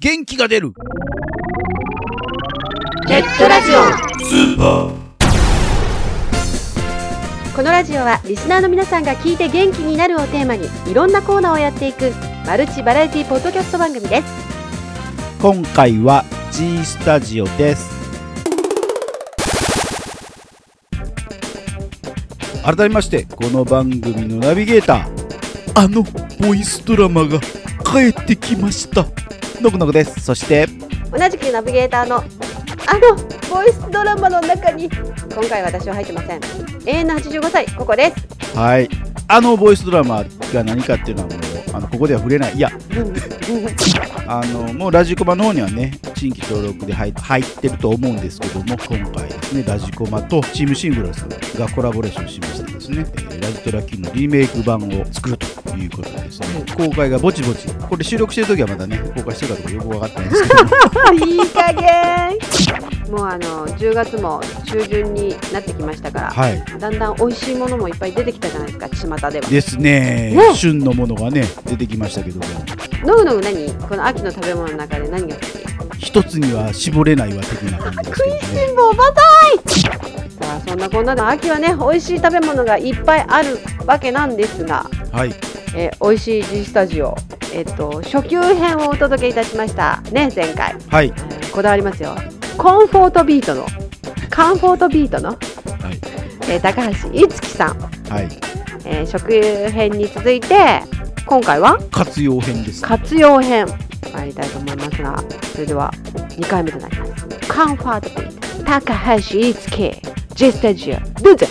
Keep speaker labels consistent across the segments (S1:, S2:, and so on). S1: 元気が出る
S2: ネットラジオこのラジオはリスナーの皆さんが聞いて元気になるをテーマにいろんなコーナーをやっていくマルチバラエティポッドキャスト番組です
S1: 今回は G スタジオです改めましてこの番組のナビゲーターあのボイスドラマが帰ってきましたのくのくですそして
S2: 同じくナビゲーターのあのボイスドラマの中に今回私は入ってません永遠の85歳ここ です
S1: はいあのボイスドラマが何かっていうのはもうあのここでは触れないいやあのもうラジコマの方にはね新規登録で入入ってると思うんですけども今回ですねラジコマとチームシングルスがコラボレーションしましてですね、えーラジトラ Q のリメイク版を作るということでですね公開がぼちぼちこれ収録してる時はまだね公開してるかどうかよく分かってないんですけど
S2: いい加減もうあの10月も中旬になってきましたから、
S1: はい
S2: だんだん美味しいものもいっぱい出てきたじゃないですか巷では
S1: ですね
S2: ね
S1: 旬のものがね出てきましたけども
S2: ノグノグ何この秋の食べ物の中で何が好き
S1: 一つには絞れないわ的な感じですけどね
S2: ん坊バタイさあそんなこんなの秋はね美味しい食べ物がいっぱいあるわけなんですが、
S1: はい
S2: えー、美味しい G スタジオ、えっと初級編をお届けいたしましたね前回、
S1: はい
S2: えーこだわりますよコンフォートビートのカンフォートビートの、
S1: はい
S2: えー高橋いつきさん、
S1: はい
S2: えー初級編に続いて今回は
S1: 活用編です
S2: 活用編参りたいと思いますがそれでは2回目となりますカンファートビート高橋いつき G スタジオどうぞ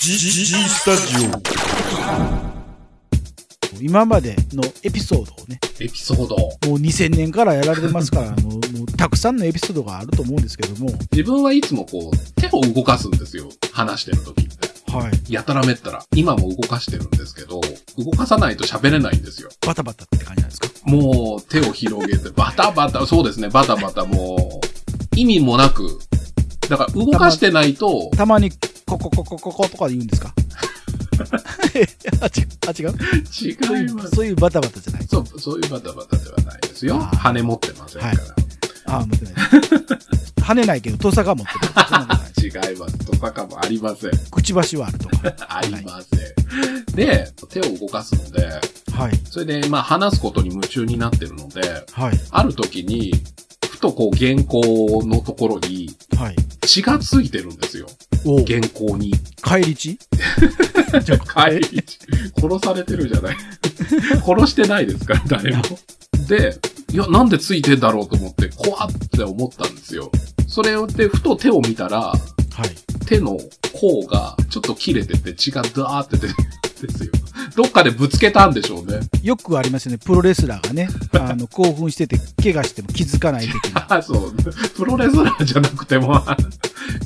S1: G, G, G スタジオ今までのエピソードをね
S3: エピソード。
S1: もう2000年からやられてます からあのもうたくさんのエピソードがあると思うんですけども
S3: 自分はいつもこう、手を動かすんですよ。話してる時って。
S1: はい
S3: やたらめったら。今も動かしてるんですけど、動かさないと喋れないんですよ。
S1: バタバタって感じなんですか
S3: もう手を広げて、バタバタ、そうですね、バタバタもう、意味もなく。だから動かしてないと、
S1: たまにココココココとか言うん ですかあちあ違う
S3: 違
S1: そうい
S3: いま
S1: う
S3: す。
S1: そういうバタバタじゃない
S3: そう、そういうバタバタではないですよ。
S1: あー
S3: 羽持ってませんか
S1: は
S3: ら。
S1: いああ持 ってない跳ねないけど遠さが持ってるそんなことない
S3: 違います。とさかもありません。
S1: くちばしはあるとか
S3: ありません。で、手を動かすので、
S1: はい
S3: それで、まあ話すことに夢中になってるので、
S1: はい
S3: ある時に、ふとこう原稿のところに
S1: はい
S3: 血がついてるんですよ。
S1: おう
S3: 原稿に。
S1: 返り血じゃあ
S3: 帰り道 殺されてるじゃない。殺してないですから、誰も。で、いや、なんでついてんだろうと思って、怖って思ったんですよ。それで、ふと手を見たら、
S1: はい
S3: 手の甲がちょっと切れてて血がダーって出てるんですよ。どっかでぶつけたんでしょうね。
S1: よくありますよね、プロレスラーが ね、あの興奮してて、怪我しても気づかない的な。
S3: あそう。プロレスラーじゃなくても、あ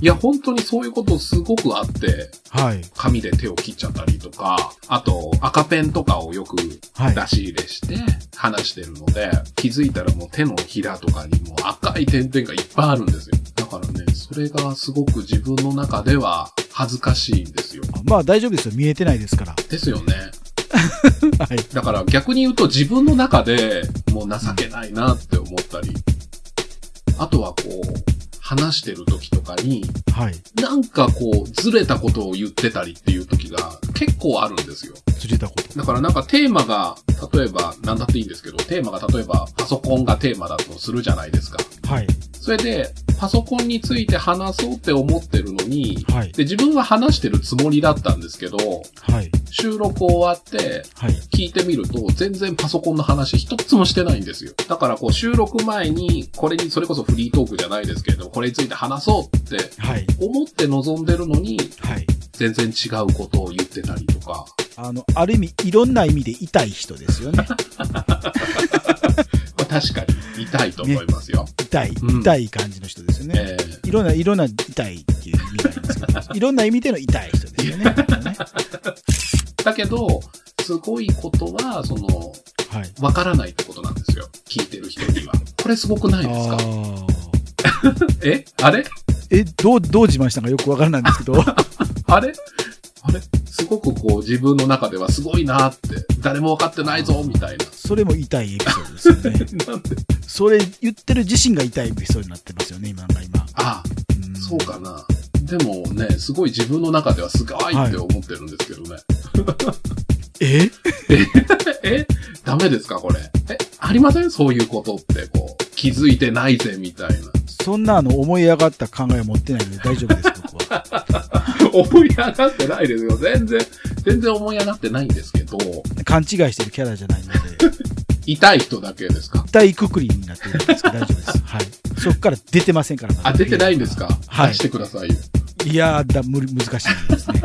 S3: いや、本当にそういうことすごくあって、
S1: はい。
S3: 紙で手を切っちゃったりとか、あと赤ペンとかをよく出
S1: はい
S3: し入れして話してるので、気づいたらもう手のひらとかにもう赤い点々がいっぱいあるんですよ。だからね、それがすごく自分の中では恥ずかしいんですよ。
S1: まあ大丈夫ですよ、見えてないですから。
S3: ですよね。
S1: はい。
S3: だから逆に言うと自分の中でもう情けないなって思ったり、あとはこう、話してる時とかに、
S1: はい。
S3: なんかこう、ずれたことを言ってたりっていう時が結構あるんですよ。
S1: 釣れたこと。
S3: だからなんかテーマが、例えば、なんだっていいんですけど、テーマが例えば、パソコンがテーマだとするじゃないですか。
S1: はい。
S3: それで、パソコンについて話そうって思ってるのに、
S1: はい。
S3: で、自分は話してるつもりだったんですけど、
S1: はい。
S3: 収録終わって、
S1: はい。
S3: 聞いてみると、全然パソコンの話一つもしてないんですよ。だからこう、収録前に、これに、それこそフリートークじゃないですけれども、これについて話そうって
S1: はい。
S3: 思って望んでるのに、
S1: はい。
S3: 全然違うことを言ってたりとか、
S1: あの、ある意味、いろんな意味で痛い人ですよ ね。
S3: まあ、確かに痛いと思いますよ。
S1: 痛い、
S3: うん
S1: 痛い感じの人ですよね。
S3: え
S1: いろんな、いろんな痛いっていう意味がありますけど、いろんな意味での痛い人ですよね。ね
S3: ーだけど、すごいことは、その、
S1: はい。
S3: わからないってことなんですよ。聞いてる人には。これすごくないです
S1: あ
S3: か
S1: ー
S3: えあれ
S1: え、どう、どう自慢したのかよくわからないんですけど、
S3: あれあれすごくこう自分の中ではすごいなって、誰も分かってないぞ、みたいな。。
S1: それも痛いエピソードですよね
S3: なんで
S1: それ言ってる自身が痛いエピソードになってますよね、今が今。
S3: ああ、
S1: ん
S3: そう。かな。でもね、すごい自分の中ではすごいって思ってるんですけどね。
S1: え
S3: えダメですかこれ。えありませんそういうことって、こう、気づいてないぜ、みたいな。
S1: そんなあの思い上がった考えを持ってないので大丈夫です、僕は。
S3: 思い上がってないですよ。全然、全然思い上がってないんですけど、
S1: 勘違いしてるキャラじゃないので、
S3: 痛い人だけですか
S1: 痛いくくりになってるんですけど大丈夫です。はい。そっから出てませんから。まだ
S3: あ、出てないんですか
S1: はい
S3: 出してくださいよ。
S1: いやーだむ難しいですね。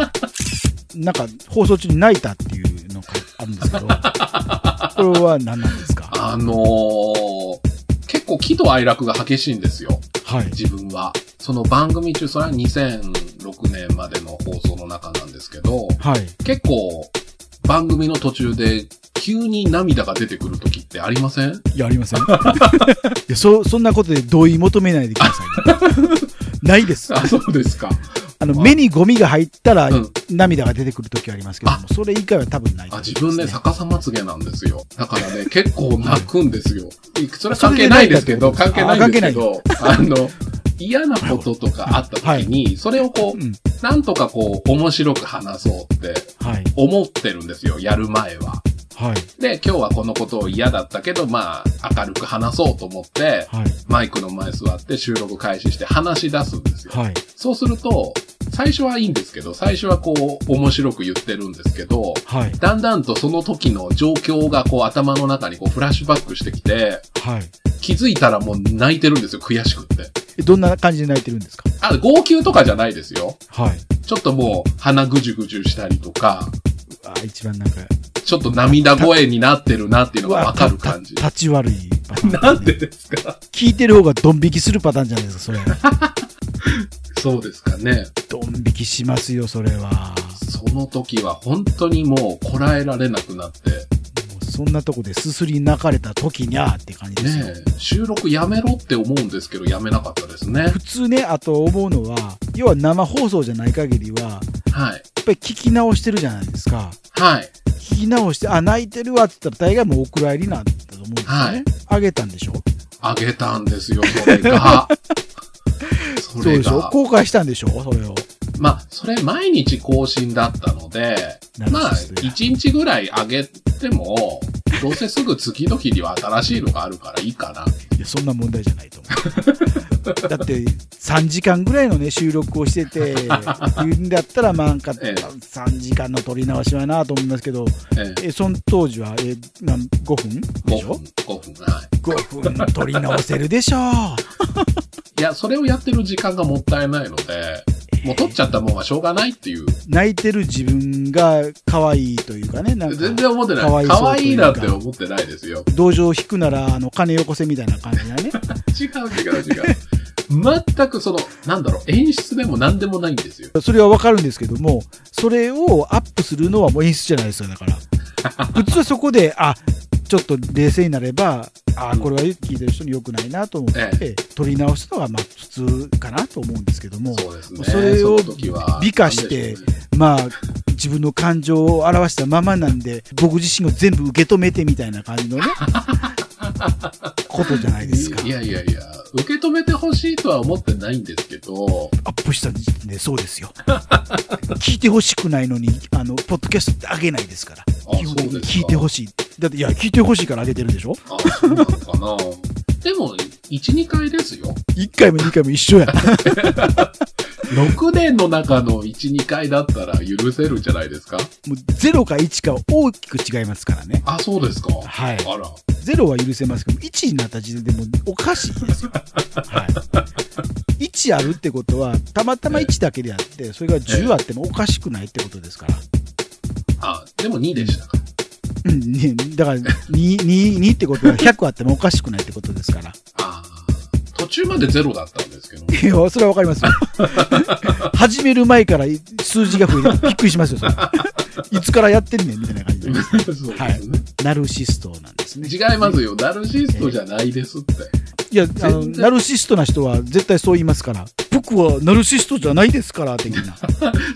S1: なんか、放送中に泣いたっていうのがあるん ですけど、これは何なんですか
S3: あのー、結構喜怒哀楽が激しいんですよ。
S1: はい。
S3: 自分は。その番組中、それは2006年までの放送の中なんですけど、
S1: はい。
S3: 結構、番組の途中で、急に涙が出てくる時ってありません
S1: いや、ありま せん。いや、そ、そんなことで同意求めないでくださ い。ないです。
S3: あ、そうですか。
S1: あの、
S3: あ
S1: 目にゴミが入ったら
S3: うん、
S1: 涙が出てくるときはありますけども、それ以外は多分ない、
S3: あ、自分ね、
S1: そ
S3: 逆さまつげなんですよ。だからね、 結構泣くんですよ。それは関係ないですけど、
S1: それ
S3: 関
S1: で
S3: 係ない
S1: 泣
S3: んで
S1: い
S3: す
S1: た
S3: け
S1: って
S3: ど、 あの、嫌なこととかあった時に、それをこ
S1: うん
S3: う、なんとかこう、面白く話そうって
S1: はい。
S3: 思ってるんですよ、やる前は。
S1: はい。
S3: で、今日はこのことを嫌だったけど、まあ、明るく話そうと思って、
S1: はい。
S3: マイクの前座って収録開始して話し出すんですよ。
S1: はい。
S3: そうすると、最初はいいんですけど、最初はこう、面白く言ってるんですけど、
S1: はい。
S3: だんだんとその時の状況がこう頭の中にこうフラッシュバックしてきて、
S1: はい。
S3: 気づいたらもう泣いてるんですよ、悔しくって。
S1: えどんな感じで泣いてるんですか
S3: あ、号泣とかじゃないですよ。
S1: はい。
S3: ちょっともう鼻ぐじゅぐじゅしたりとか、
S1: あ、一番なんか、
S3: ちょっと涙声になってるなっていうのがわかる
S1: た
S3: 感じ。
S1: た立ち悪いパターン、
S3: なんでですか
S1: 聞いてる方がドン引きするパターンじゃないですか、 それ。
S3: そうですかね。
S1: ドン引きしますよ、それは。
S3: その時は本当にもうこらえられなくなって、
S1: もうそんなとこですすり泣かれた時にゃーって感じですよ。
S3: ねえ収録やめろって思うんですけどやめなかったですね
S1: 普。通ね、あと思うのは、要は生放送じゃない限りは、やっ
S3: はい。
S1: ぱり聞き直してるじゃないですか。
S3: はい。
S1: 聞き直して、あ、泣いてるわって言ったら大概もうお蔵入りなんだと思うんですよね。
S3: はい
S1: あげたんでしょ
S3: あげたんですよ、それ が。そ
S1: そう
S3: れ
S1: でしょ
S3: が。
S1: 後悔したんでしょそれを。
S3: まあ、それ毎日更新だったので、
S1: ナ
S3: まあ、
S1: ルシストや
S3: 1日ぐらいあげても、どうせすぐ月々には新しいのがあるからいいかな。
S1: いや、そんな問題じゃないと思う。 だって、3時間ぐらいのね、収録をしてて、言うんだったら、まあなんか、
S3: ええ
S1: 3時間の撮り直しはなと思いますけど、
S3: ええ
S1: え、その当時は、え、なん5分でし
S3: 5
S1: ょ
S3: 分、5分。はい。
S1: ?5 分撮り直せるでしょ
S3: いや、それをやってる時間がもったいないので、もう取っちゃったもんはしょうがないっていう。
S1: 泣いてる自分が可愛いというかね、なん
S3: 全
S1: か、
S3: 然思ってな
S1: かわい
S3: い。
S1: そう
S3: 可愛いなん
S1: と
S3: て
S1: いうか
S3: 思ってないですよ。
S1: 同情を引くなら、あの、金よこせみたいな感じだね。
S3: 違う違う違う。全くその、なんだろう、演出でも何でもないんですよ。
S1: それはわかるんですけども、それをアップするのはもう演出じゃないですよ、だから。 普通はそこで、あ、ちょっと冷静になれば、あ、これは聞いてる人に良くないなと思って、撮り直すのがまあ普通かなと思うんですけども、
S3: そうですね。
S1: それを
S3: その時は
S1: 美化して
S3: なんでしょうね
S1: まあ、自分の感情を表したままなんで、僕自身を全部受け止めてみたいな感じのね、ことじゃないですか
S3: い。やいやいや、受け止めてほしいとは思ってないんですけど、
S1: アップした時点でそうですよ。聞いてほしくないのに、あの、ポッドキャストってあげないですから。
S3: あ
S1: 基本的
S3: そう
S1: に
S3: です
S1: 聞
S3: か
S1: いてほしい。だって、いや、聞いてほしいからあげてるでしょ
S3: あそうなのかな。 でも、1、2回ですよ。
S1: ?1 回も2回も一緒や。
S3: 6年の中の1、2回だったら許せるんじゃないですか
S1: もう0か1かは大きく違いますからね。
S3: あ、そうですか。
S1: はい
S3: あら。
S1: 0は許せますけど、1になった時点でもうおかしいですよ。はい。1あるってことは、たまたま1だけであって、それが10あってもおかしくないってことですから。
S3: あ、でも2でしたか。
S1: うん、ね、だから、2、2、2ってことは100あってもおかしくないってことですから。
S3: あー途中までゼロだったんです けど、
S1: いや、それはわかりますよ。 始める前から数字が増えてびっくりしますよ、それ。いつからやってんねんみたいな感じで。
S3: そうですね。
S1: ナルシストなんですね。
S3: 違いますよ。ナルシストじゃないですって。
S1: いや、あの、
S3: 全然
S1: ナルシストな人は絶対そう言いますから。僕はナルシストじゃないですから、ってみんな。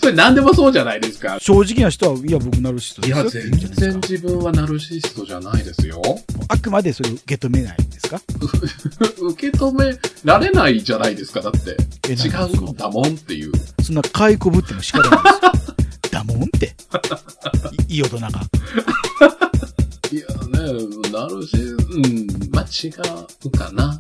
S3: それ何でもそうじゃないですか。
S1: 正直な人は、いや、僕ナルシスト
S3: い
S1: ですよって言
S3: や、全
S1: うじゃないです
S3: 然
S1: か。
S3: 自分はナルシストじゃないですよ。
S1: あくまでそれを受け止めないんですか
S3: 受け止められないじゃないですか、だって。
S1: え
S3: 違
S1: なんか
S3: うんだもんっていう。
S1: そんな買いこぶっても仕方ないですよ。だもんって。いいい大人が。
S3: いやね、なるし、うん、まあ、違うかな。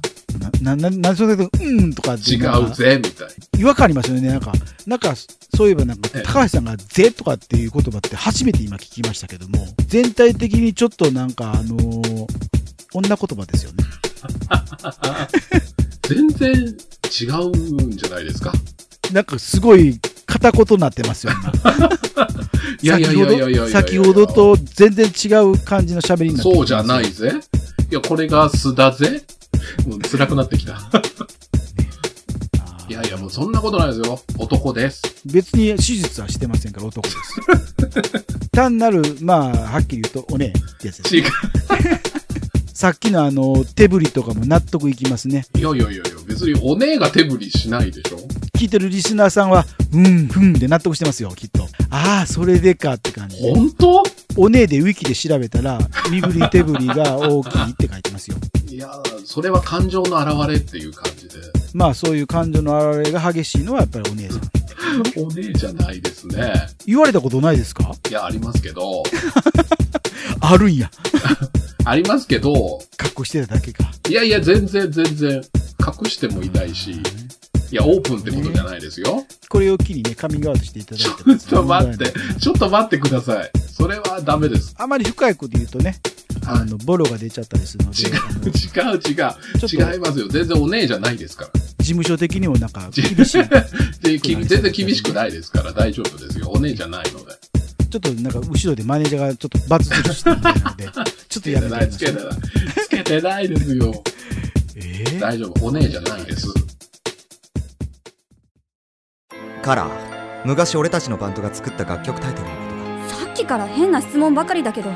S1: な、な、な、なんでそんなこと、うんとかって
S3: 違
S1: いうのが
S3: うぜ、みたい
S1: 違和感ありますよね。なんか、なんか、そういえばなんか
S3: ええ、
S1: 高橋さんがぜとかっていう言葉って初めて今聞きましたけども、全体的にちょっとなんか、あのー女言葉ですよね。
S3: な。全然違うんじゃないですか。
S1: なんかすごい片言になってますよ、今
S3: いやいやいやいやいやいやいや
S1: 先ほど、先ほどと全然違う感じの喋りになって。
S3: そうじゃないいぜ。いや、これが素だぜ。もう辛くなってきた。
S1: あー
S3: いやいや、もうそんなことないですよ。男です。
S1: 別に手術はしてませんから、男です。 単なる、まあ、はっきり言うと、おねえってやつです。
S3: 違う。
S1: さっきのあの、手振りとかも納得いきますね。
S3: いやいやいやいや、別にお姉が手振りしないでしょ
S1: 聞いてるリスナーさんは、うん、ふんで納得してますよ、きっと。ああ、それでかって感じで。
S3: 本当
S1: おねえでウィキで調べたら、身振り手振りが大きいって書いてますよ。
S3: いや、それは感情の表れっていう感じで。
S1: まあ、そういう感情の表れが激しいのはやっぱりお姉さん。
S3: お姉じゃないですね。
S1: 言われたことないですか
S3: いや、ありますけど、
S1: あるんや。
S3: ありますけど、
S1: 格好してただけか。
S3: いやいや、全然全然、隠してもいないし、いや、オープンってことじゃないですよ。
S1: これを機にね、カミングアウトしていただい
S3: ち
S1: て
S3: ょっと待って、ちょっと待ってください。それはダメです。
S1: あまり深いこと言うとね、
S3: はい
S1: あの、ボロが出ちゃったりするので、
S3: 違
S1: あの
S3: う、違う、
S1: ちょっ
S3: 違う。
S1: と
S3: 違いますよ。全然お姉じゃないですから。
S1: 事務所的にもなんか厳しい。
S3: でき全然厳しくないですから大丈夫ですよ。お姉じゃないので。
S1: ちょっとなんか後ろでマネージャーがちょっとバツ印してるみたいなので、ちょっ
S3: つ
S1: と
S3: け
S1: や
S3: て
S1: めて
S3: ない、つけてない。つけてないですよ。
S1: えー
S3: 大丈夫。お姉じゃないです。
S4: カラー昔俺たちのバンドが作った楽曲タイトルのことだ
S5: さっきから変な質問ばかりだけど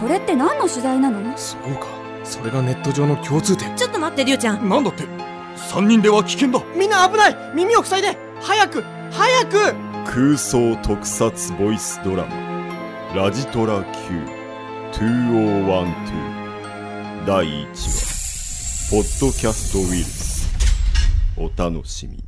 S5: これって何の取材なの
S6: そうかそれがネット上の共通点
S7: ちょっと待って、りゅうちゃん。
S8: なんだって3人では危険だ
S9: みんな危ない耳を塞いで早く早く
S10: 空想特撮ボイスドラマ「ラジトラ Q2012」第1話「ポッドキャストウイルス」お楽しみに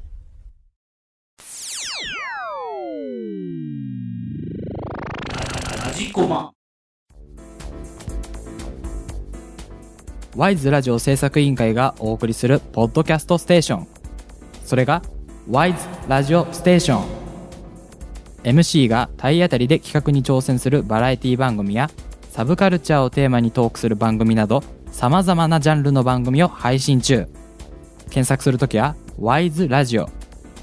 S11: ワイズラジオ制作委員会がお送りするポッドキャストステーション。それが、ワイズラジオステーション。MC が体当たりで企画に挑戦するバラエティ番組や、サブカルチャーをテーマにトークする番組など、様々なジャンルの番組を配信中。検索するときは、ワイズラジオ。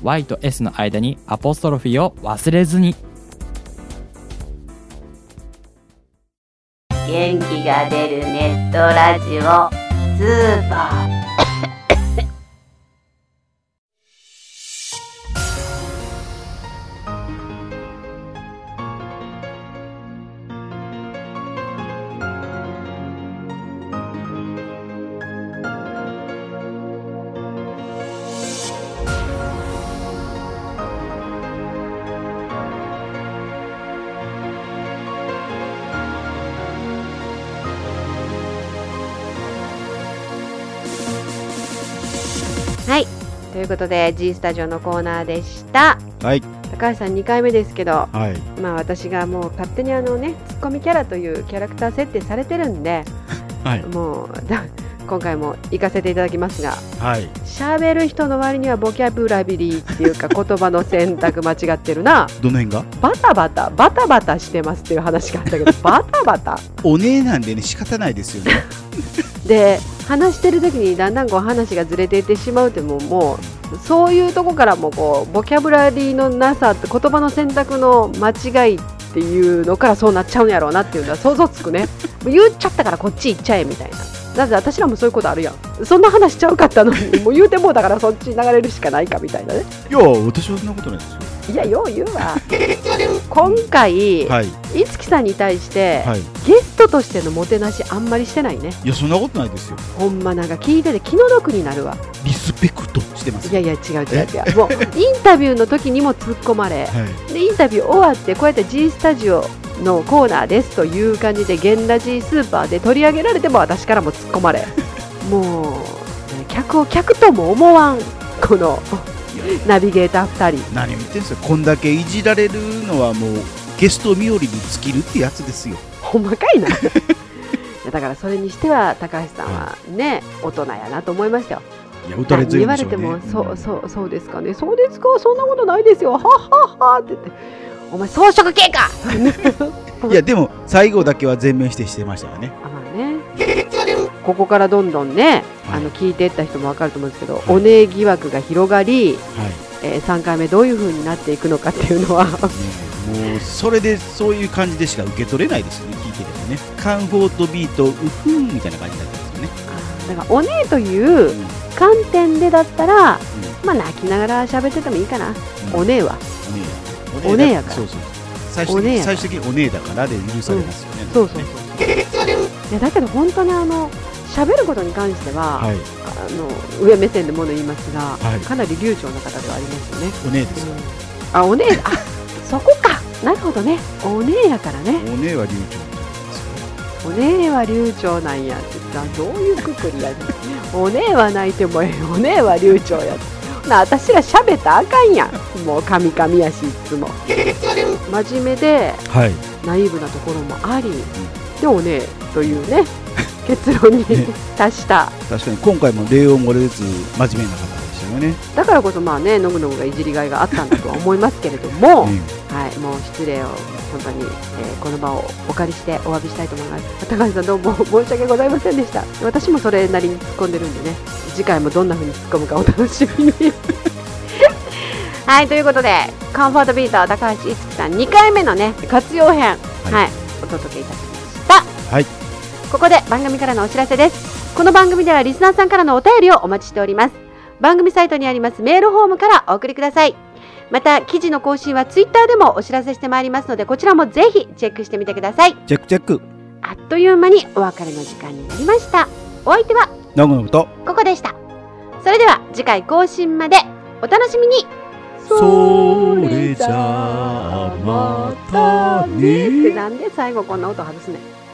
S11: Y と S の間にアポストロフィーを忘れずに。
S2: 元気が出るネットラジオスーパーということで G スタジオのコーナーでした
S12: はい
S2: 高橋さん2回目ですけど
S12: はい
S2: まあ私がもう勝手にあのねツッコミキャラというキャラクター設定されてるんで
S12: はい
S2: もうだ今回も行かせていただきますが
S12: はい
S2: 喋る人の割にはボキャブラビリーっていうか言葉の選択間違ってるな
S12: どの辺が
S2: バタバタバタバタしてますっていう話があったけどバタバタ
S12: お姉なんでね仕方ないですよね
S2: で話してる時にだんだんこう話がずれていってしまうってもうもうそういうとこからもこうボキャブラリーのなさって言葉の選択の間違いっていうのからそうなっちゃうんやろうなっていうのは想像つくねもう言っちゃったからこっち行っちゃえみたいな。だって私らもそういうことあるやんそんな話しちゃうかったのにもう言うてもうだからそっち流れるしかないかみたいなね
S12: いや私はそんなことないですよ
S2: いやよう言うわ 今回、
S1: はい
S2: いつきさんに対して、
S1: はい
S2: ゲストとしてのもてなしあんまりしてないね
S1: いやそんなことないですよ
S2: ほんまなんか聞いてて気の毒になるわ
S1: リスペクトしてます
S2: いやいや違う違う違うもうインタビューの時にも突っ込まれ、
S1: はい
S2: でインタビュー終わってこうやって G スタジオのコーナーですという感じで現ラジスーパーで取り上げられても私からも突っ込ま れもう客を客とも思わんこのナビゲーター2人
S1: 何を言ってんすよこんだけいじられるのはもうゲスト冥利に尽きるってやつですよ
S2: ほんまかいな いやだからそれにしては高橋さんはね大人やなと思いましたよ
S1: いや打たれ強い
S2: 言わ
S1: でし
S2: れ
S1: ょう
S2: て
S1: ね
S2: も、そうそうそうですかねそうですかそんなことないですよはっはっはって言ってお前装飾系か
S1: いやでも最後だけは全面否定してましたよね
S2: ねここからどんどんね、あの聞いていった人も分かると思うんですけど、お姉疑惑が広がり、え3回目どういう風になっていくのかっていうの は
S1: もうそれでそういう感じでしか受け取れないですよね聞いててもねカンフォートビートウフーンみたいな感じだったんですよね
S2: だからお姉という観点でだったら、まあ泣きながら喋っててもいいかな、お姉は
S1: お姉や
S2: お姉やから
S1: そうそう最終
S2: お
S1: 的
S2: 姉
S1: に
S2: やから
S1: 最終的にお姉だからで許されますよね、
S2: そうそうそういやだけど本当にあの喋ることに関しては、
S1: はい
S2: あの上目線でもの言いますが、
S1: はい
S2: かなり流暢な方ではありますよね
S1: お姉ですから、
S2: あお姉あそこかなるほどねお姉やからね
S1: お姉は流暢
S2: お姉は流暢なんやって言ったらどういうくくりやねんお姉は泣いてもええお姉は流暢やってな私ら喋ったらあかんやんもうカミカミやしいつも真面目で
S1: はい
S2: ナイーブなところもありでお姉とい うね結論に達した
S1: 確かに今回も礼を漏れず真面目な方でしたよね
S2: だからこそまあねのぐのぐがいじりがいがあったんだとは思いますけれども、はいもう失礼を本当に、えーこの場をお借りしてお詫びしたいと思います高橋さんどうも申し訳ございませんでした私もそれなりに突っ込んでるんでね次回もどんな風に突っ込むかお楽しみに はいということでカンフォートビート高橋いつきさん2回目のね活用編はい、お届けいたしました
S1: はい
S2: ここで番組からのお知らせです。この番組ではリスナーさんからのお便りをお待ちしております。番組サイトにありますメールフォームからお送りください。また、記事の更新はツイッターでもお知らせしてまいりますので、こちらもぜひチェックしてみてください。
S1: チェックチェック
S2: あっという間にお別れの時間になりました。お相手は
S1: ノグノグと
S2: ここでした。それでは次回更新までお楽しみにそれじゃあまたねってなんで最後こんな音外すねん